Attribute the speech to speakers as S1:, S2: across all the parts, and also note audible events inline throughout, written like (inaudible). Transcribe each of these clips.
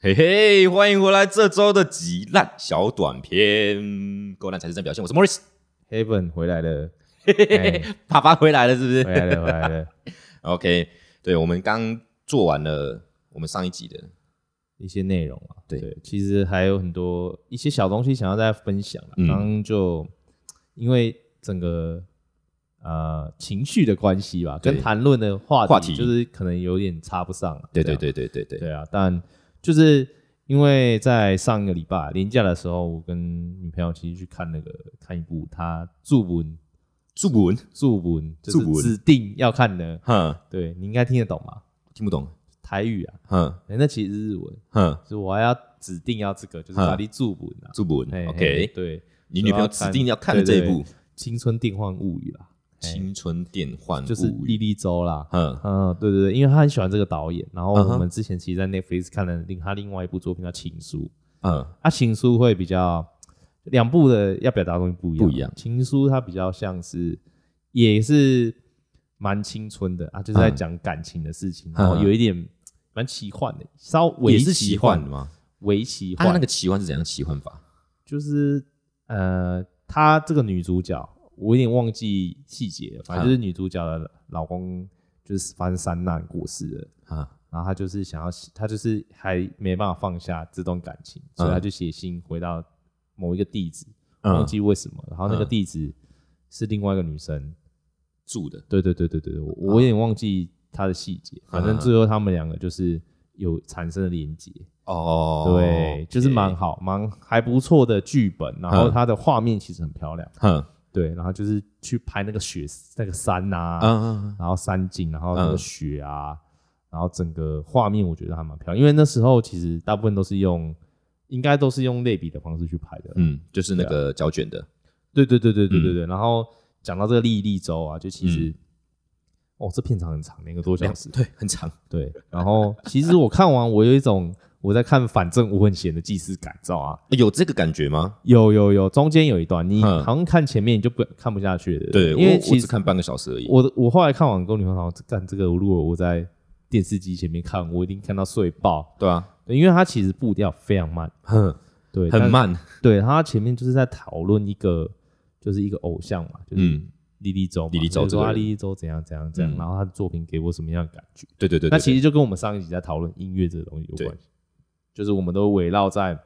S1: 嘿嘿，欢迎回来！这周的极烂小短片，够烂才是真表现。我是 Morris，
S2: Heaven 回
S1: (laughs)
S2: 来了，
S1: 嘿嘿爸爸回来了是不
S2: 回
S1: 是
S2: 来了，回来了！
S1: (laughs) ？OK，对我们刚做完了我们上一集的，
S2: 一些内容啊，
S1: (laughs) 对
S2: 其实还有很多一些小东西想要大家分享啦。
S1: 嗯
S2: 刚刚就因为整个呃情绪的关系吧，
S1: 对
S2: 跟谈论的话
S1: 话题
S2: 就是可能有点插不上啊。
S1: 对
S2: 这
S1: 对
S2: 样
S1: 对对对对，
S2: 对啊，但就是因为在上个礼拜年假的时候，我跟女朋友其实去看那个看一部她注文
S1: 注文，
S2: 注文就是
S1: 注文
S2: 指定要看的，
S1: 哼，
S2: 对你应该听得懂吧？
S1: 听不懂，
S2: 台语啊，
S1: 哼
S2: 欸那其实是日文。
S1: 哼，
S2: 就是我还要指定要这个，就是
S1: 嗯
S2: 法力注本啊。
S1: 注文
S2: 嘿嘿
S1: ，OK，
S2: 对，
S1: 你女朋友指定要看的这一部
S2: 对
S1: 《
S2: 青春电幻物语》啦，嘿
S1: 青春电幻
S2: 就是
S1: 物语
S2: 莉莉周啦。
S1: 哼，
S2: 嗯，对对对，因为他很喜欢这个导演，然后
S1: 嗯哼
S2: 我们之前其实，在 Netflix 看了另他另外一部作品叫《情书》，
S1: 嗯
S2: 啊，《情书》会比较两部的要表达的东西不一样，啊
S1: 不一样
S2: 情书》它比较像是也是蛮青春的啊，就是在
S1: 嗯
S2: 讲感情的事情，
S1: 嗯
S2: 然后有一点蛮奇幻的，稍微
S1: 也是奇幻的，吗？
S2: 微奇
S1: 它
S2: 幻
S1: 那个奇幻是怎样奇幻法？
S2: 就是呃，她这个女主角，我有点忘记细节了，反正就是
S1: 嗯
S2: 女主角的老公就是发生三难过世了，
S1: 啊，
S2: 然后她就是想要，她就是还没办法放下这段感情，所以她就写信回到某一个地址，忘
S1: 嗯，
S2: 记为什么，然后那个
S1: 嗯
S2: 地址是另外一个女生，
S1: 住的，
S2: 对对对对对，对我我有点
S1: 嗯
S2: 忘记她的细节，反正最后他们两个就是有产生了连结，
S1: 哦
S2: 对，就是蛮，好，蛮还不错的剧本，然后
S1: 嗯
S2: 它的画面其实很漂亮，
S1: 哼，
S2: 对，然后就是去拍那个雪那个山啊，
S1: 嗯
S2: 然后山景，然后那个
S1: 嗯
S2: 雪啊，然后整个画面我觉得还蛮漂亮，因为那时候其实大部分都是用，应该都是用类比的方式去拍的，啊
S1: 嗯，就是那个胶卷的，
S2: 对对对对对对对，然后讲到这个莉莉周啊，就其
S1: 嗯
S2: 实。哦，这片长很长，两个多小时。
S1: 对，很长，
S2: (laughs) 对，然后其实我看完，我有一种我在看反正吴文贤的祭司改造啊，
S1: (laughs) 有这个感觉吗？
S2: 有有有，中间有一段，你
S1: 嗯
S2: 好像看前面你就不看不下去了。
S1: 对，
S2: 因
S1: 我
S2: 为
S1: 我
S2: 其
S1: 只
S2: 实
S1: 看半个小时而已。
S2: 我的我后来看完《宫女红桃》，干这个如果我在电视机前面看，我一定看到睡爆。
S1: 对啊，
S2: 对因为它其实步调非常慢，
S1: 哼，
S2: 对，
S1: 很
S2: 但。
S1: 慢，
S2: 对，它前面就是在讨论一个就是一个偶像嘛，就是
S1: 嗯，
S2: 莉莉周嘛，
S1: 莉莉周
S2: 就是说
S1: 这个
S2: 啊
S1: 人
S2: 莉莉周怎样怎样怎样，
S1: 嗯
S2: 然后他的作品给我什么样的感觉？
S1: 对对对对，
S2: 那其
S1: 实
S2: 实就跟我们上一集在讨论音乐这个东西有
S1: 对
S2: 关系，就是我们都围绕在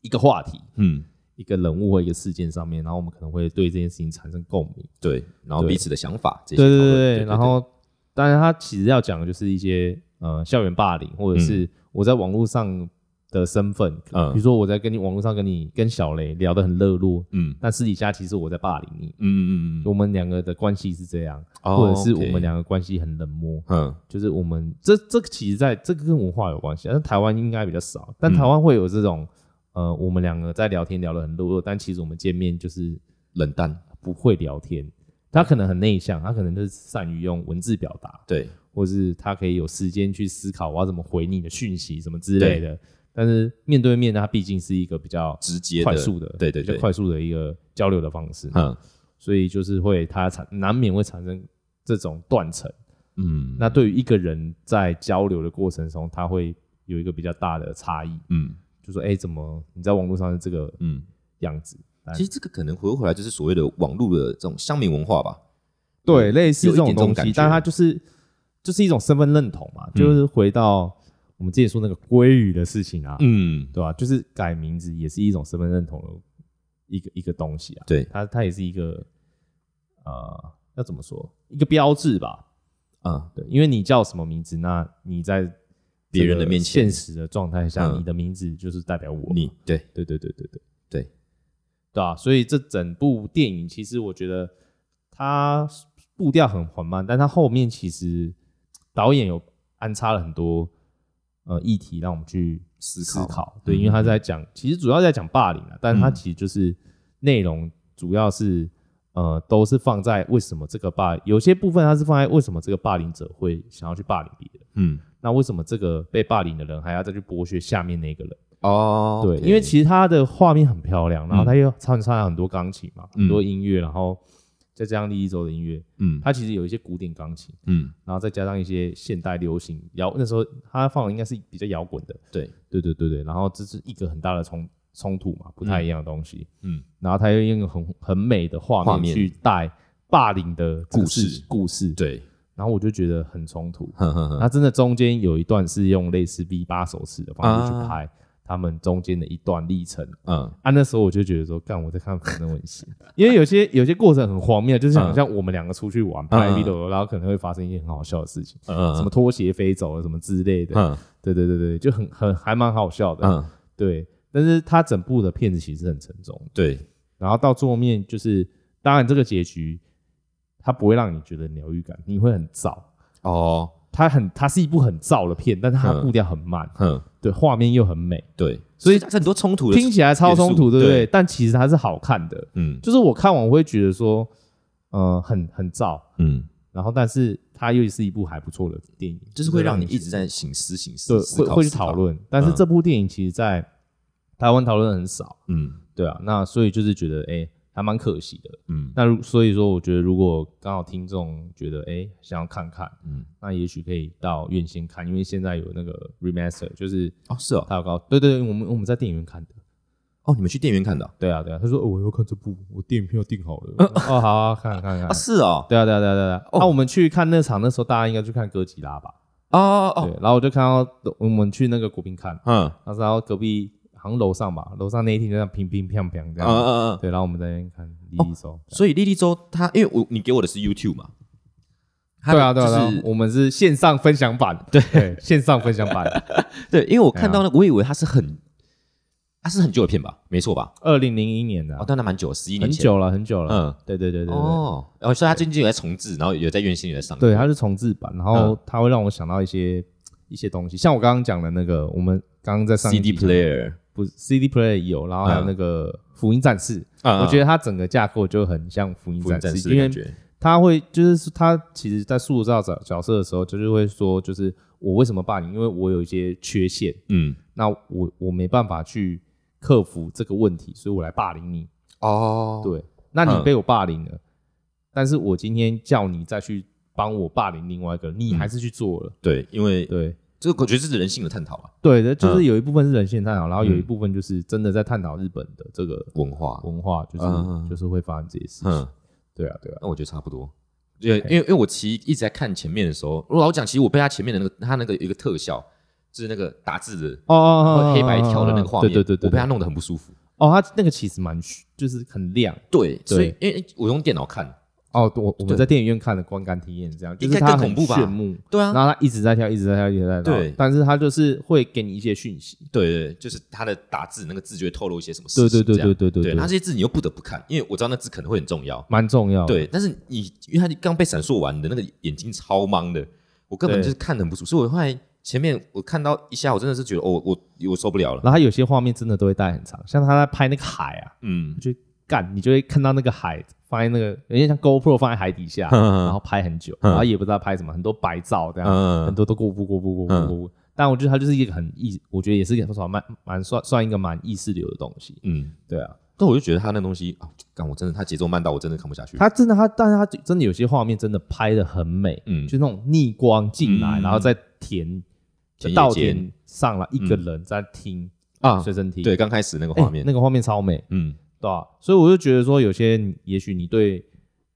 S2: 一个话题，
S1: 嗯，
S2: 一个人物或一个事件上面，然后我们可能会对这件事情产生共鸣。
S1: 对，然后
S2: 对
S1: 彼此的想法这
S2: 对
S1: 些讨
S2: 对
S1: 论，
S2: 对
S1: 对
S2: 对，然后当然他其实要讲的就是一些呃校园霸凌，或者是我在网络上的身份，
S1: 嗯
S2: 比如说我在跟你网络上跟你跟小雷聊得很热络，
S1: 嗯
S2: 但私底下其实我在霸凌你，
S1: 嗯嗯嗯
S2: 我们两个的关系是这样，
S1: 哦
S2: 或者是我
S1: OK
S2: 们两个关系很冷漠。
S1: 嗯，
S2: 就是我们这这个其实在这个跟文化有关系，但台湾应该比较少，但台湾会有这种、呃，我们两个在聊天聊得很热络，但其实我们见面就是
S1: 冷淡，
S2: 不会聊天。他可能很内向，他可能就是善于用文字表达，
S1: 对，
S2: 或是他可以有时间去思考我要怎么回你的讯息什么之类的。但是面对面，他毕竟是一个比较
S1: 直接的
S2: 快速的，
S1: 对对
S2: 比较
S1: 对，
S2: 快速的一个交流的方式，
S1: 嗯
S2: 所以就是会他产难免会产生这种断层。
S1: 嗯，
S2: 那对于一个人在交流的过程中，他会有一个比较大的差异，
S1: 嗯
S2: 就说哎、诶怎么你在网络上是这个
S1: 嗯，
S2: 样子？哎
S1: 其实这个可能回过回来就是所谓的网络的这种乡民文化吧，
S2: 对，类似
S1: 有一
S2: 这种
S1: 点这种
S2: 东
S1: 感
S2: 西
S1: 觉，嗯
S2: 但它就是就是一种身份认同嘛，就是回到我们之前说那个鲑鱼的事情啊，
S1: 嗯，
S2: 对吧、就是改名字也是一种身份认同的一个一个东西啊，
S1: 对，
S2: 它它也是一个呃，要怎么说，一个标志吧，
S1: 啊，
S2: 对，因为你叫什么名字，那你在
S1: 别人的
S2: 这个
S1: 面前
S2: 现实的状态下，
S1: 嗯
S2: 你的名字就是代表我。
S1: 你对
S2: 对对对对对
S1: 对，
S2: 对啊，所以这整部电影其实我觉得它步调很缓慢，但它后面其实导演有安插了很多呃议题让我们去
S1: 思
S2: 思
S1: 考
S2: 考。对，因为他在讲，其实主要在讲霸凌啊，但他
S1: 嗯
S2: 其实就是内容主要是呃，都是放在为什么这个霸，有些部分他是放在为什么这个霸凌者会想要去霸凌别人，
S1: 嗯
S2: 那为什么这个被霸凌的人还要再去剥削下面那个人？
S1: 哦，
S2: 对，
S1: OK
S2: 因为其实他的画面很漂亮，然后
S1: 嗯
S2: 他又穿插了很多钢琴嘛，
S1: 嗯
S2: 很多音乐，然后再加上第一周的音乐，
S1: 嗯
S2: 它其实有一些古典钢琴，
S1: 嗯，
S2: 然后再加上一些现代流行摇，那时候他放的应该是比较摇滚的，
S1: 对，
S2: 对对对对，然后这是一个很大的冲冲突嘛，不太一样的东西，
S1: 嗯，
S2: 然后他又用很很美的画
S1: 画
S2: 面
S1: 面
S2: 去带霸凌的这个
S1: 故
S2: 事
S1: 事
S2: 故事，，嗯
S1: 对，
S2: 然后我就觉得很冲突，
S1: 哼哼哼，
S2: 那真的中间有一段是用类似 V 八手势的方式去
S1: 啊
S2: 拍他们中间的一段历程
S1: 嗯
S2: 啊，那时候我就觉得说，干我在看反正文戏， (laughs) 因为有些有些过程很荒谬，就是很
S1: 嗯
S2: 像我们两个出去玩拍
S1: 嗯
S2: video，然后可能会发生一些很好笑的事情，
S1: 嗯
S2: 什么
S1: 嗯
S2: 拖鞋飞走了什么之类的，
S1: 嗯
S2: 对对对对，就很很还蛮好笑的，
S1: 嗯，
S2: 对。但是他整部的片子其实很沉重，
S1: 对，
S2: 然后到最后面就是，当然这个结局它不会让你觉得疗愈感，你会很燥。
S1: 哦，
S2: 它很，它是一部很燥的片，但是它
S1: 嗯
S2: 步调很慢，
S1: 哼，
S2: 对，画面又很美，
S1: 对，
S2: 所以
S1: 它很多冲突的，
S2: 听起来超冲突，
S1: 元素
S2: 对不对？
S1: 对
S2: 但其实它是好看的，
S1: 嗯
S2: 就是我看完我会觉得说，呃，很很燥，
S1: 嗯，
S2: 然后但是它又是一部还不错的电影，
S1: 就是会让你
S2: 去
S1: 一直在醒思醒思，
S2: 对
S1: 思
S2: 会
S1: 考
S2: 会去讨，论，但是这部电影其实在台湾讨论很少，
S1: 思考嗯
S2: 对啊，那所以就是觉得哎、还蛮可惜的。
S1: 嗯
S2: 那如所以说，我觉得如果刚好听众觉得哎、想要看看，
S1: 嗯，
S2: 那也许可以到院线看，因为现在有那个 remaster，就是
S1: 哦是哦，
S2: 它有高，对对对，我们我们在电影院看的。
S1: 哦你们去电影院看的哦
S2: 对啊对啊，他说、哦我要看这部，我电影票订好了。 (laughs) 哦好啊，看看看
S1: 啊。是哦，
S2: 对啊对啊对啊对啊。那、
S1: 哦
S2: 我们去看那场，那时候大家应该去看哥吉拉吧？
S1: 哦哦
S2: 对
S1: 哦，，
S2: 然后我就看到我们去那个国宾看，
S1: 嗯
S2: 那时候隔壁好像楼上吧，楼上那一厅就这样乒乒乓乓这
S1: 嗯
S2: 样。
S1: 嗯嗯，
S2: 对，然后我们在那边看
S1: 哦
S2: 第一首。
S1: 所以莉莉周她，因为我你给我的是 YouTube 嘛，它
S2: 对啊，对啊，
S1: 就
S2: 对啊
S1: 是
S2: 我们是线上分享版，对，线上分享版，
S1: 对，因为我看到
S2: 啊
S1: 那个，我以为它是很，它是很久的片吧，没错吧？
S2: 二零零一年的啊
S1: 哦，，但那蛮久，十一年
S2: 很
S1: 前，
S2: 久了，很久了，
S1: 嗯，
S2: 对对对对对，
S1: 哦，然后所以它最近有在重置，然后有在院线有在上，
S2: 对，它是重置版，然
S1: 嗯
S2: 后它会让我想到一些一些东西，像我刚刚讲的那个，我们刚刚在上一
S1: CD
S2: 集
S1: player，嗯
S2: 不是 CD player 有，然后还有那个福音战士，
S1: 啊
S2: 我觉
S1: 得
S2: 得它整个架构就很像福音
S1: 复印
S2: 战
S1: 战士
S2: 士，
S1: 的
S2: 因
S1: 感
S2: 为
S1: 觉，
S2: 它会就是它其实在塑造角角色的时候，就是会说，就是我为什么霸凌，因为我有一些缺陷，
S1: 嗯，
S2: 那我我没办法去克服这个问题，所以我来霸凌你。
S1: 哦，
S2: 对，那你
S1: 嗯
S2: 被我霸凌了，但是我今天叫你再去帮我霸凌另外一个，你
S1: 嗯
S2: 还是去做了。
S1: 对，因为
S2: 对
S1: 这个我觉得这是人性的探讨啊，
S2: 对的，就是
S1: 嗯
S2: 有一部分是人性探讨，然后有一
S1: 嗯
S2: 部分就是真的在探讨日本的这个
S1: 文化，
S2: 文化，就是、
S1: 嗯嗯
S2: 就是会发生这些事情。
S1: 嗯，
S2: 对啊，对啊，
S1: 那我觉得差不多。因为因为因为我其实一直在看前面的时候，我老讲，其实我被他前面的那个他那个有一个特效，就是那个打字的
S2: 哦哦
S1: 会黑白条的那个画面，
S2: 对对对
S1: 我被
S2: 对，
S1: 他弄得很不舒服。
S2: 哦，它那个其实蛮虚就是很亮。
S1: 对，所以因为我用电脑看，
S2: 哦，我我们
S1: 对
S2: 在电影院看的观感体验是这样，就
S1: 应该
S2: 是它
S1: 更恐
S2: 很
S1: 怖吧
S2: 炫目，
S1: 对
S2: 然，后它一直在跳，一直在跳，一直在跳，
S1: 对
S2: 但是它就是会给你一些讯息，
S1: 对对，就是他的打字那个字就会透露一些什么
S2: 对
S1: 事情，
S2: 对对
S1: 这样
S2: 对对
S1: 对，
S2: 对
S1: 那这些字你又不得不看，因为我知道那字可能会很重要。
S2: 蛮重要的。
S1: 对，但是你因为他刚被闪烁完，你的那个眼睛超茫的，我根本
S2: 对
S1: 就是看得很不舒服。所以我后来前面我看到一下，我真的是觉得哦，我我受不了了。
S2: 然后他有些画面真的都会带很长，像他在拍那个海啊，
S1: 嗯，
S2: 干你就会看到那个海放在那个有点像 GoPro 放在海底下，
S1: 嗯嗯嗯
S2: 然后拍很久，
S1: 嗯
S2: 然后也不知道拍什么，很多白照这样，
S1: 嗯
S2: 很多都过不过不过不过不。但我觉得它就是一个很意，我觉得也是一个算蛮蛮算算一个蛮意识流的东西。
S1: 嗯，
S2: 对啊，
S1: 但我就觉得他那东西啊，干我真的他节奏慢到我真的看不下去。
S2: 它真的它，但是它真的有些画面真的拍的很美，
S1: 嗯
S2: 就那种逆光进来，
S1: 嗯
S2: 然后在田
S1: 田野
S2: 稻
S1: 间
S2: 田上来一个人在听
S1: 啊
S2: 随身听，
S1: 对，刚开始那个
S2: 哎，
S1: 画面，
S2: 那个画面超美。
S1: 嗯
S2: 对啊，所以我就觉得说，有些你也许你对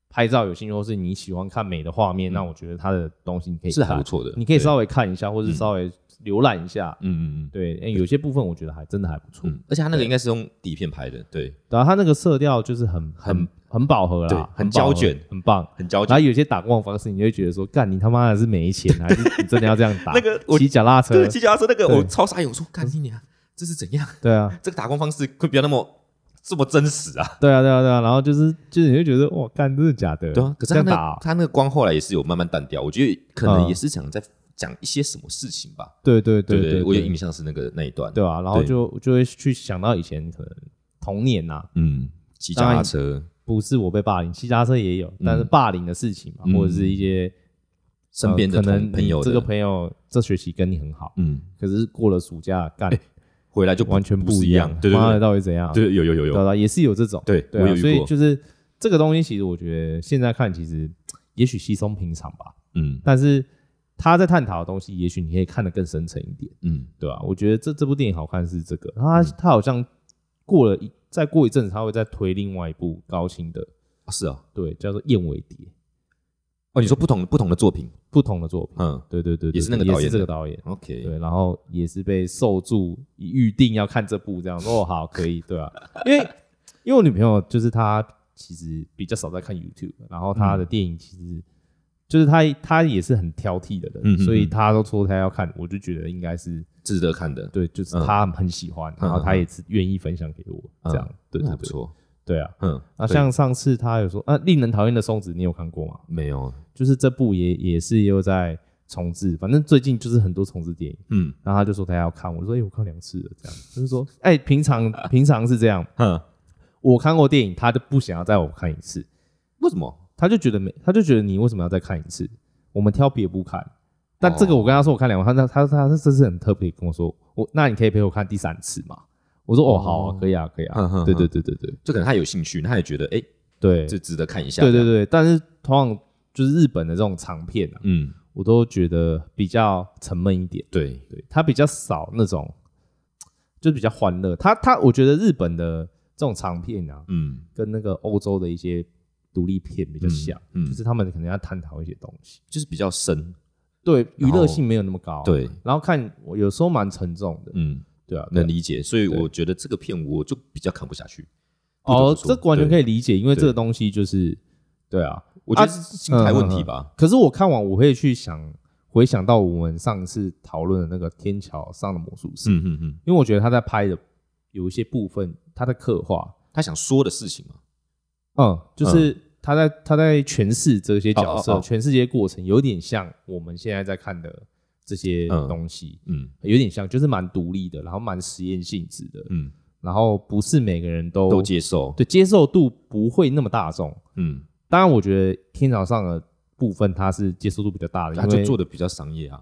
S2: 拍照有兴趣，或是你喜欢看美的画面，那我觉得它的东西你可以
S1: 嗯是
S2: 看
S1: 还不错的，
S2: 哎你可以
S1: 对嗯
S2: 稍微看一下，或是稍微浏览一下。
S1: 嗯嗯嗯
S2: 对，哎、有些部分我觉得还真的还不错。
S1: 嗯，而且他那个应该是用底片拍的，对，
S2: 然后它那个色调就是很很
S1: 很
S2: 很饱和
S1: 对
S2: 啦，
S1: 很
S2: 饱
S1: 胶
S2: 和
S1: 卷，
S2: 很棒。
S1: 很焦急
S2: 然后。有些打光方式，你就会觉得说，干你他妈的是没钱，还是你真的要这样
S1: (laughs)
S2: 打？
S1: 那个我
S2: 骑脚踏车，
S1: 骑脚踏车那个
S2: 呃对嗯
S1: 我超傻眼，我说干你娘，这是怎样？
S2: 对啊，
S1: 这个打光方式会比较那么这么真实啊？
S2: 对啊，对啊，对啊。然后就是就是你会觉得，哇，干真的假的？
S1: 对啊，可是
S2: 这
S1: 他
S2: 样
S1: 那
S2: 打
S1: 个
S2: 哦、
S1: 他那个光后来也是有慢慢淡掉，我觉得可能
S2: 嗯
S1: 也是想在讲一些什么事情吧。
S2: 对对
S1: 对
S2: 对
S1: 我有印象是那个那一段，
S2: 对啊，然后
S1: 对
S2: 就就会去想到以前可能童年呐、
S1: 嗯，骑脚踏车、
S2: 不是我被霸凌，骑家车也有，但是霸凌的事情嘛，
S1: 嗯
S2: 或者是一些
S1: 身边的
S2: 呃可能
S1: 同朋友
S2: 你
S1: 的
S2: 这个朋友这学期跟你很好，
S1: 嗯，
S2: 可是过了暑假干、
S1: 回来就
S2: 完全
S1: 哎不
S2: 一
S1: 一
S2: 样，
S1: 对
S2: 妈
S1: 对
S2: 的到底怎样？
S1: 对，对有有有
S2: 对
S1: 有，
S2: 啊，也是有这种，
S1: 对
S2: 对
S1: 我
S2: 啊，
S1: 有遇
S2: 所以
S1: 过
S2: 就是这个东西其实我觉得现在看，其实也许稀松平常吧，
S1: 嗯
S2: 但是他在探讨的东西，也许你可以看得更深层一点，
S1: 嗯，
S2: 对吧、我觉得这这部电影好看是这个，他他好像过了一再过一阵子，他会再推另外一部高清的，
S1: 哦是哦，
S2: 对，叫做《燕尾蝶》，
S1: 哦，你说不同不同的作品，
S2: 不同的作品，
S1: 嗯
S2: 对对对对
S1: 也是那个
S2: 对
S1: 导演
S2: 也是这
S1: 的
S2: 个导演。
S1: ，OK，
S2: 对，然后也是被受助预定要看这部 (laughs) 这样哦，好可以，对啊， (laughs) 因为因为我女朋友就是她其实比较少在看 YouTube，然后她的电影其实、就是她她也是很挑剔的人，
S1: 嗯嗯嗯
S2: 所以她都说她要看，我就觉得应该是
S1: 值得看的，
S2: 对，就是
S1: 嗯
S2: 她很喜欢，然后她也是愿意分享给我、
S1: 嗯
S2: 这样，对
S1: 那
S2: 对
S1: 还不
S2: 对，
S1: 错，
S2: 对啊。
S1: 嗯，
S2: 啊，
S1: 对
S2: 像上次她有说，啊，令人讨厌的松子，你有啊看过吗？
S1: 没有，
S2: 就是这部也也是又在重置，反正最近就是很多重置电影。
S1: 嗯
S2: 然后他就说他要看，我就说哎、我看两次了，这样就是说，哎、平常 (laughs) 平常是这样，
S1: 哼，
S2: 我看过电影，他就不想要再我看一次，
S1: 为什么？
S2: 他就觉得没，他就觉得你为什么要再看一次？我们挑别部看。但这个我跟他说我看两部，他他他他这次很特别跟我说，我那你可以陪我看第三次嘛？我说哦好啊，可以啊，可以
S1: 嗯
S2: 啊，
S1: 哼
S2: 对
S1: 哼
S2: 对对对对
S1: 就可能他有兴趣，他也觉得哎，
S2: 对
S1: 这值得看一下，
S2: 对对，对，但是通常就是日本的这种长片啊，
S1: 嗯，
S2: 我都觉得比较沉闷一点。
S1: 对，
S2: 对，它比较少那种，就比较欢乐。它它，我觉得日本的这种长片啊，
S1: 嗯，
S2: 跟那个欧洲的一些独立片比较像，
S1: 嗯嗯
S2: 就是他们可能要探讨一些东西，
S1: 就是比较深，
S2: 对，娱
S1: 然后
S2: 乐性没有那么高，。
S1: 对，
S2: 然后看我有时候蛮沉重的，
S1: 嗯，
S2: 对啊，对
S1: 能
S2: 啊
S1: 理解，所以
S2: 对
S1: 我觉得这个片我就比较看不下去。不得不
S2: 哦，
S1: 说
S2: 这完全可以理解，因为
S1: 对
S2: 这个东西就是，对啊。嗯
S1: 我觉得是心态问题吧。
S2: 可是我看完我会去想，回想到我们上次讨论的那个天桥上的魔术师，
S1: 嗯嗯嗯，
S2: 因为我觉得他在拍的有一些部分，他的刻画，
S1: 他想说的事情嘛，
S2: 嗯，就是他在他在诠释这些角
S1: 哦
S2: 色，
S1: 哦哦
S2: 诠释这些过程，有点像我们现在在看的这些
S1: 嗯
S2: 东西，
S1: 嗯
S2: 有点像，就是蛮独立的，然后蛮实验性质的，
S1: 嗯，
S2: 然后不是每个人都
S1: 都接受，
S2: 对接受度不会那么大众。
S1: 嗯，
S2: 当然，我觉得天朝上的部分它是接受度比较大的，
S1: 他
S2: 因为
S1: 就做的比较商业啊，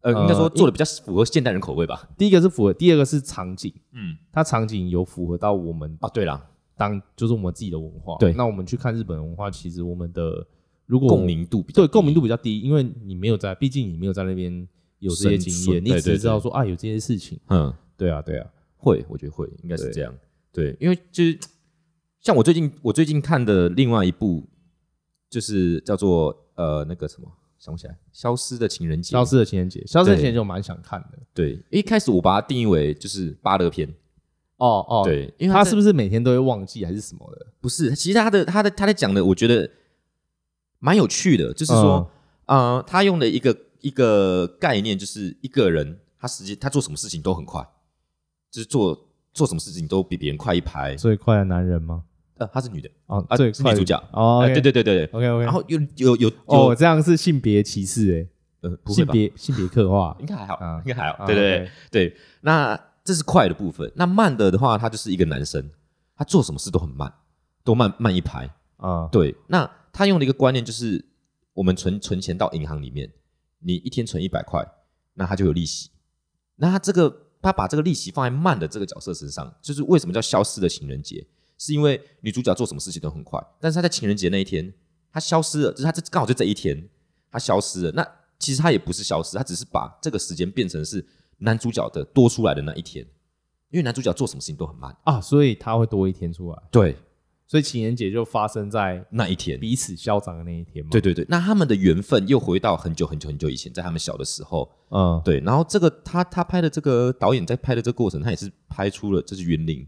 S1: 呃，
S2: 呃
S1: 应该说做的比较符合现代人口味吧。
S2: 第一个是符合，第二个是场景，
S1: 嗯，
S2: 它场景有符合到我们
S1: 啊，对啦，
S2: 当就是我们自己的文化。
S1: 对
S2: 那我们去看日本文化，其实我们的如果
S1: 共鸣度比较
S2: 对
S1: 低
S2: 共鸣度，比较低，因为你没有在，毕竟你没有在那边有这些经验，
S1: 生存
S2: 你只
S1: 对对
S2: 知道说啊有这些事情。
S1: 嗯，
S2: 对啊，对啊，
S1: 会，我觉得会，应该是
S2: 对
S1: 这样。对，因为就是像我最近我最近看的另外一部，就是叫做呃那个什么，想不起来，《消失的情人节》。
S2: 消失的情人节，消失的
S1: 对
S2: 情人节我蛮想看的。
S1: 对，一开始我把它定义为就是芭乐片，
S2: 哦哦，，
S1: 对，因为
S2: 他
S1: 在
S2: 是不是每天都会忘记还是什么的？
S1: 不是，其实他的他的他在讲的，我觉得蛮有趣的，就是
S2: 嗯
S1: 说，呃，他用的一个一个概念，就是一个人他时间他做什么事情都很快，就是做做什么事情都比别人快一拍。
S2: 最快的男人吗？
S1: 呃，她是女的，
S2: 哦，
S1: 啊
S2: 最
S1: 是
S2: 快
S1: 女主角
S2: 哦
S1: 呃，对对对对对。
S2: ，OK OK。
S1: 然后有有有
S2: 哦，
S1: 有，
S2: 这样是性别歧视
S1: 呃，
S2: 哎，
S1: 不会
S2: 性
S1: 吧？
S2: 别性别刻画
S1: 应。该还好
S2: 啊，
S1: 应该还好，
S2: 啊
S1: (laughs) 对对对
S2: OK
S1: 对。那这是快的部分，那慢的的话，他就是一个男生，他做什么事都很慢，都慢慢一拍。
S2: 啊，
S1: 对，那他用的一个观念就是，我们存存钱到银行里面，你一天存一百块，那他就有利息。那他这个他把这个利息放在慢的这个角色身上，就是为什么叫消失的情人节，是因为女主角做什么事情都很快，但是她在情人节那一天，她消失了，就是她这刚好就这一天，她消失了。那其实她也不是消失，她只是把这个时间变成是男主角的多出来的那一天，因为男主角做什么事情都很慢，
S2: 啊，所以他会多一天出来，
S1: 对，
S2: 所以情人节就发生在
S1: 那一天。
S2: 彼此消长的那一天嘛。
S1: 对，对对，那他们的缘分又回到很久很久很久以前，在他们小的时候。
S2: 嗯，
S1: 对，然后这个他他拍的这个导演在拍的这个过程，他也是拍出了这是云林，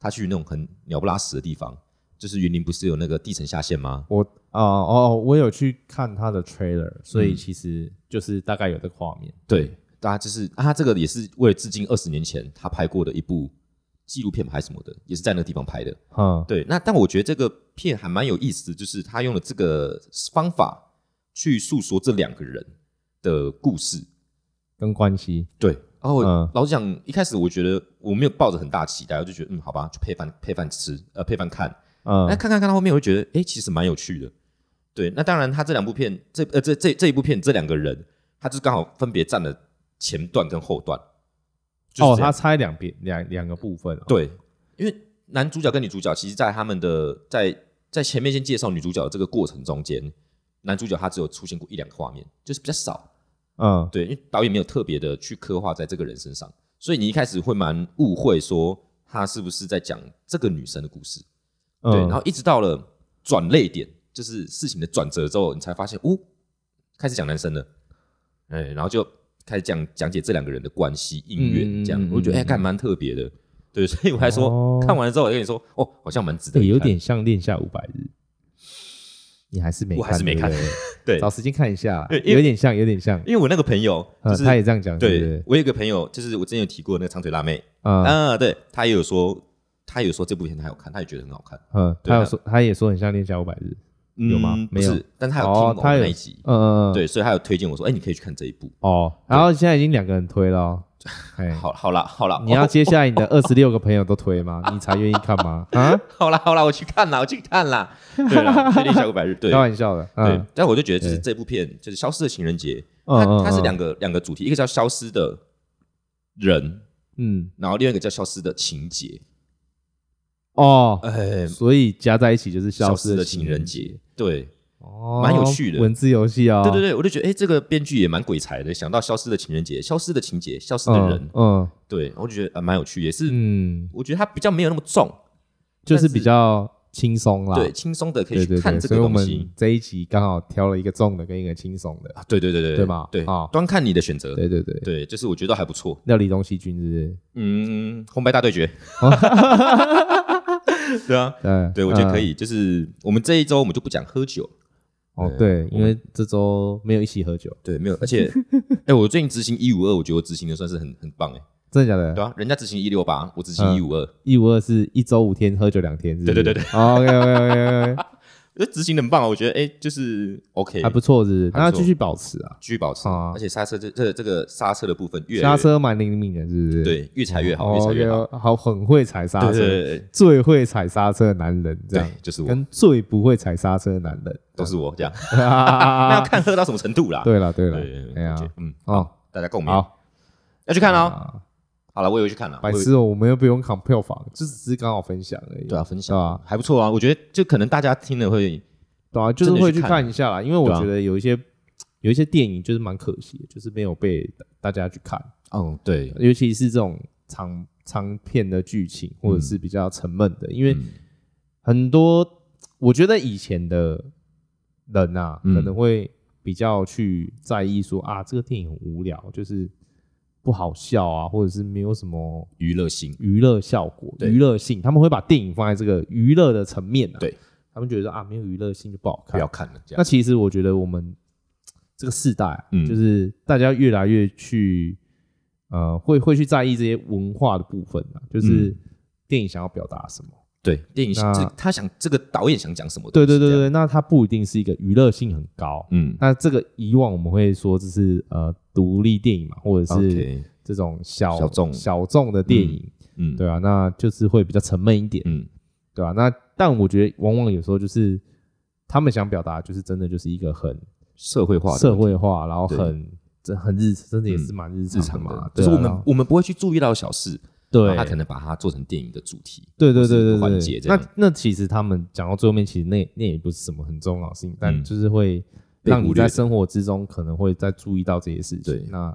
S1: 他去那种很鸟不拉屎的地方，就是云林不是有那个地层下陷吗？
S2: 我啊哦，我有去看他的 trailer，所以
S1: 嗯
S2: 其实就是大概有这个画面。
S1: 对，大家就是啊他这个也是为了致敬二十年前他拍过的一部纪录片还是什么的，也是在那个地方拍的。
S2: 嗯，
S1: 对，那但我觉得这个片还蛮有意思的，就是他用了这个方法去诉说这两个人的故事。
S2: 跟关系
S1: 对，然后我、
S2: 嗯
S1: 老实讲，一开始我觉得我没有抱着很大期待，我就觉得嗯，好吧，就配饭配饭吃，呃，配饭看。那、
S2: 嗯
S1: 看看看到后面，我就觉得哎、诶其实蛮有趣的。对，那当然，他这两部片，这呃这这这一部片，这两个人，他就是刚好分别占了前段跟后段。就是
S2: 哦，
S1: 这
S2: 他
S1: 样、
S2: 拆两边两两个部分、哦，
S1: 对，因为男主角跟女主角，其实在他们的在在前面先介绍女主角的这个过程中间，男主角他只有出现过一两个画面，就是比较少。
S2: 嗯，
S1: 对，因为导演没有特别的去刻画在这个人身上，所以你一开始会蛮误会说他是不是在讲这个女生的故事。
S2: 嗯
S1: 对，然后一直到了转泪点，就是事情的转折之后，你才发现，哦，开始讲男生了，哎，然后就开始讲讲解这两个人的关系、姻
S2: 嗯
S1: 缘，这样，我觉得
S2: 嗯
S1: 哎，干蛮特别的，对，所以我还说、
S2: 哦
S1: 看完了之后，我就跟你说，哦，好像蛮值得
S2: 对
S1: 一看，
S2: 有点像《恋下五百日》，你还是没看，
S1: 我还是没看
S2: 对不对
S1: 对
S2: 找，时间看一下
S1: 对，因为
S2: 有点像，有点像，
S1: 因为我那个朋友就
S2: 呃
S1: 是、
S2: 他也这样讲，对不
S1: 对
S2: 对？
S1: 我有一个朋友，就是我之前有提过那个长腿辣妹
S2: 啊，
S1: 啊，对，她也有说，她有说这部片她有看，她也觉得很好看，
S2: 嗯，
S1: 对啊
S2: 他有
S1: 他
S2: 说，他也说很像《恋下五百日》，有吗
S1: 嗯不
S2: 没有
S1: 是，但她有
S2: 哦
S1: 听我
S2: 她有
S1: 那一集。
S2: 嗯，嗯，嗯
S1: 对，所以她有推荐我说，哎、你可以去看这一部。
S2: 哦，然后现在已经两个人推了
S1: (laughs)
S2: 哦，哎，
S1: 好，好啦，好啦，
S2: 你要接下来你的二十六个朋友都推吗？你才愿意看吗？
S1: (laughs)
S2: 啊，
S1: (laughs) 好啦好啦，我去看啦，我去看啦。
S2: (laughs)
S1: 对啦，确定下个百日，对
S2: 开玩笑的，
S1: 对
S2: 嗯，。
S1: 但我就觉得就是
S2: 对
S1: 这部片就是《消失的情人节》，
S2: 嗯嗯
S1: 它它是
S2: 嗯
S1: 两个两个主题，一个叫消失的人，
S2: 嗯，
S1: 然后另外一个叫消失的情节。
S2: 哦，
S1: 哎，
S2: 所以加在一起就是
S1: 消
S2: 消
S1: 失
S2: 失
S1: 的
S2: 的
S1: 情
S2: 情
S1: 人
S2: 人，
S1: 节，对
S2: 哦，
S1: 蛮有趣的
S2: 文字游戏哦，
S1: 对对对，我就觉得哎，这个编剧也蛮鬼才的，想到消失的情人节、消失的情节、消失的人，
S2: 嗯
S1: 对，我就觉得啊蛮有趣，也是
S2: 嗯，
S1: 我觉得它比较没有那么重，
S2: 就是
S1: 但是
S2: 比较轻松啦，
S1: 对，轻松的可以
S2: 对
S1: 去
S2: 对
S1: 看
S2: 对，
S1: 这
S2: 所
S1: 个
S2: 以我
S1: 东西
S2: 们。这一集刚好挑了一个重的跟一个轻松的，
S1: 啊对对对对
S2: 对嘛
S1: 对
S2: 啊，
S1: 端看你的选择。
S2: 对对对，
S1: 对，就是我觉得还不错。
S2: 料理东西君是不是？
S1: 嗯，红白大对
S2: (laughs)
S1: 决。 (laughs) 对啊，
S2: 嗯，
S1: 对，我觉得可
S2: 嗯。
S1: 以。就是我们这一周我们就不讲喝酒，
S2: 哦，
S1: 对嗯
S2: 对，因为这周没有一起喝酒，
S1: 对，没有。而
S2: (laughs)
S1: 且，哎，我最近执行一五二，我觉得我执行的算是很很棒哎。
S2: 真的假的？
S1: 对啊，人家执行一六八，我执行
S2: 嗯
S1: 一五二，
S2: 一五二是一周五天喝酒两天，是不是哦
S1: 对对对。(laughs)
S2: OK OK OK OK，
S1: 呃，执行得很棒啊，我觉得哎，就是 OK，
S2: 还不错，是不是？
S1: 还不错
S2: 那要继续保持啊，
S1: 继续保持。
S2: 啊
S1: 而且刹车这这这个刹车的部分越来
S2: 刹
S1: 越
S2: 车蛮灵敏的，是不是？
S1: 对越踩
S2: 哦，
S1: 越好，越踩越好。
S2: OK，好，很会踩刹
S1: 对对
S2: 车，
S1: 对对
S2: 最会踩刹车的男人，这样
S1: 对，就是我，
S2: 跟最不会踩刹车的男人，
S1: 都是我这
S2: (laughs)
S1: 样。 (laughs) 那要
S2: 啊
S1: 看喝到什么程度啦。
S2: 对了对了，
S1: 对
S2: 哎
S1: 对，
S2: 呀
S1: 我觉，得嗯，
S2: 哦，
S1: 大家共鸣，
S2: 好，
S1: 要去看哦。
S2: 啊
S1: 好了，我也会去看了。
S2: 白
S1: 我也
S2: 痴哦，我们又不用扛票房，就只是刚好分享而已，
S1: 对啊，分
S2: 是
S1: 享
S2: 吧？
S1: 还不错啊，我觉得就可能大家听了会，
S2: 对啊，就是
S1: 真的
S2: 会
S1: 去
S2: 去
S1: 看
S2: 看一下啦，因为我
S1: 对啊
S2: 觉得有一些有一些电影就是蛮可惜的，就是没有被大家去看，
S1: 哦，对，
S2: 尤其是这种长长片的剧情或者是比较沉闷的，因为
S1: 嗯
S2: 很多我觉得以前的人啊，
S1: 嗯
S2: 可能会比较去在意说啊，这个电影很无聊，就是不好笑啊，或者是没有什么
S1: 娱乐性，
S2: 娱乐效果、
S1: 对
S2: 娱乐性，他们会把电影放在这个娱乐的层面啊。
S1: 对，
S2: 他们觉得说啊，没有娱乐性就不好
S1: 不
S2: 看
S1: 要。看了，这
S2: 那
S1: 样，
S2: 其实我觉得我们这个世代、啊，
S1: 嗯
S2: 就是大家越来越去呃，会会去在意这些文化的部分啊，就是电影想要表达什么。
S1: 对，电影
S2: 那
S1: 这他想这个导演想讲什么，
S2: 对对对，对，那它不一定是一个娱乐性很高。
S1: 嗯
S2: 那这个以往我们会说这是呃独立电影嘛，或者是
S1: ，OK，
S2: 这种小
S1: 小众
S2: 小众的电影，
S1: 嗯，
S2: 对啊，那就是会比较沉闷一点。
S1: 嗯，
S2: 对吧、那但我觉得往往有时候就是他们想表达，就是真的就是一个很
S1: 社会化的
S2: 社会化，然后
S1: 对
S2: 很这很日，真的也
S1: 嗯
S2: 是蛮日
S1: 日
S2: 常
S1: 常
S2: 的嘛。
S1: 嘛，就
S2: 对
S1: 是
S2: 啊
S1: 我们我们不会去注意到的小事，然
S2: 对
S1: 后他可能把它做成电影的主题，
S2: 对对
S1: 或
S2: 对
S1: 是一
S2: 对
S1: 个
S2: 对
S1: 环节
S2: 对，
S1: 这样
S2: 那那其实他们讲到最后面，其实那那也不是什么很重要的事情，但
S1: 嗯
S2: 就是会
S1: 被
S2: 让
S1: 忽
S2: 你
S1: 略
S2: 在
S1: 的
S2: 生活之中可能会再注意到这些事
S1: 对
S2: 情。那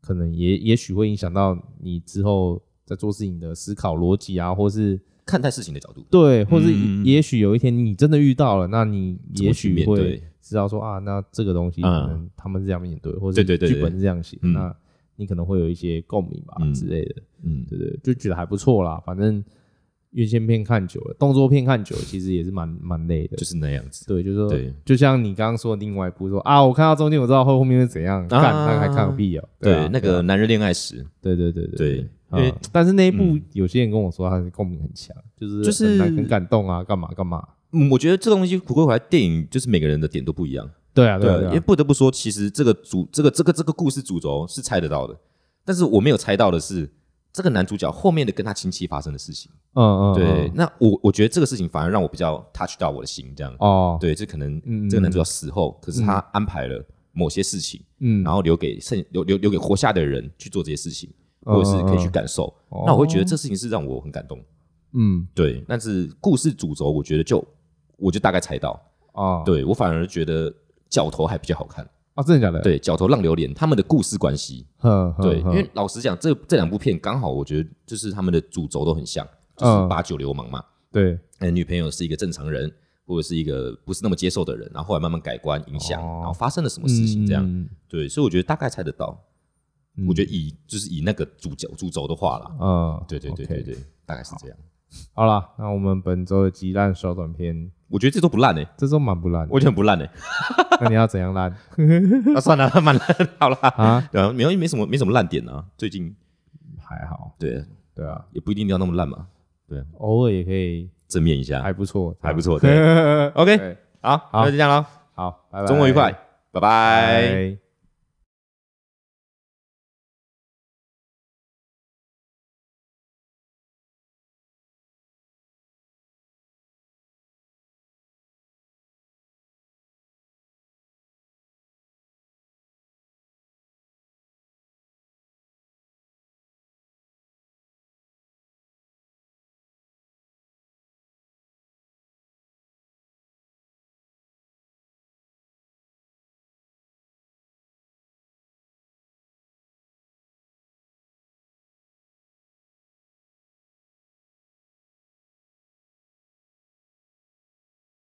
S2: 可能也也许会影响到你之后在做事情的思考逻辑啊，或是
S1: 看待事情的角度，
S2: 对，或是
S1: 嗯
S2: 也许有一天你真的遇到了，那你
S1: 怎么
S2: 也
S1: 去
S2: 许
S1: 面
S2: 会
S1: 对
S2: 知道说啊，那这个东西
S1: 嗯
S2: 可能他们是这样面对，或
S1: 对
S2: 者
S1: 对对对
S2: 剧本是这样写，
S1: 嗯
S2: 那你可能会有一些共鸣吧
S1: 嗯
S2: 之类的，
S1: 嗯，
S2: 对对，就觉得还不错啦。反正院线片看久了，动作片看久了，其实也是蛮蛮累的
S1: 就。是那样子，
S2: 对，就是说
S1: 对，
S2: 就像你刚刚说的另外一部说啊，我看到中间我知道后后面会怎样，干那还看个屁哦。啊
S1: 啊对，那
S2: 对
S1: 个
S2: 啊
S1: 男人恋爱时，
S2: 对对对
S1: 对
S2: 对
S1: 因为
S2: 啊但是那一部
S1: 嗯
S2: 有些人跟我说他的共鸣很强，就是
S1: 就
S2: 很
S1: 是
S2: 难很感动啊，干嘛干嘛。
S1: 嗯，我觉得这东西回归回来，电影就是每个人的点都不一样。
S2: 对啊，
S1: 对
S2: 对啊，
S1: 因
S2: 对
S1: 为
S2: 啊
S1: 不得不说，其实这个主这个这个这个故事主轴是猜得到的，但是我没有猜到的是这个男主角后面的跟他亲戚发生的事情。
S2: 嗯嗯，
S1: 对，
S2: 嗯，
S1: 那我我觉得这个事情反而让我比较 touch 到我的心，这样。
S2: 哦，
S1: 对，这可能
S2: 嗯
S1: 这个男主角死后，可是他安排了某些事情，
S2: 嗯，
S1: 然后留给剩留留留给活下的人去做这些事情，
S2: 嗯
S1: 或者是可以去
S2: 嗯
S1: 感受。
S2: 哦
S1: 那我会觉得这事情是让我很感动。
S2: 嗯，
S1: 对，但是故事主轴我觉得就我就大概猜到。
S2: 啊，
S1: 对我反而觉得角头还比较好看。
S2: 啊，真的假的？，
S1: 对，角头浪流连他们的故事关系，
S2: 呵呵
S1: 对，因
S2: 呵
S1: 为老实讲，这这两部片刚好我觉得就是他们的主轴都很像，就
S2: 嗯
S1: 是八九流氓嘛，
S2: 对
S1: 呃，女朋友是一个正常人，或者是一个不是那么接受的人，然后后来慢慢改观影响，
S2: 哦
S1: 然后发生了什么事情这样，
S2: 嗯
S1: 对，所以我觉得大概猜得到。
S2: 嗯
S1: 我觉得以就是以那个主角主轴的话啦，
S2: 嗯，
S1: 对对对
S2: OK
S1: 对对，大概是这样。
S2: 好啦，那我们本周的极烂小短片，
S1: 我觉得这都不烂哎，
S2: 这周蛮不烂的，
S1: 我觉得很不烂哎。
S2: 那你要怎样
S1: (laughs)
S2: 烂
S1: 那算了， (laughs) 蛮烂，好啦。
S2: 啊？
S1: 对啊，没有没什么没什么烂点啊，最近
S2: 还好，
S1: 对
S2: 对啊，
S1: 也不一定要那么烂嘛，
S2: 偶尔也可以，
S1: 正面一下
S2: 还不错，
S1: 还不
S2: (laughs) 错。
S1: 错。对
S2: OK，
S1: ，OK，好，那
S2: 好
S1: 就这样了，
S2: 好，拜拜，
S1: 周末愉快，拜拜。
S2: 拜。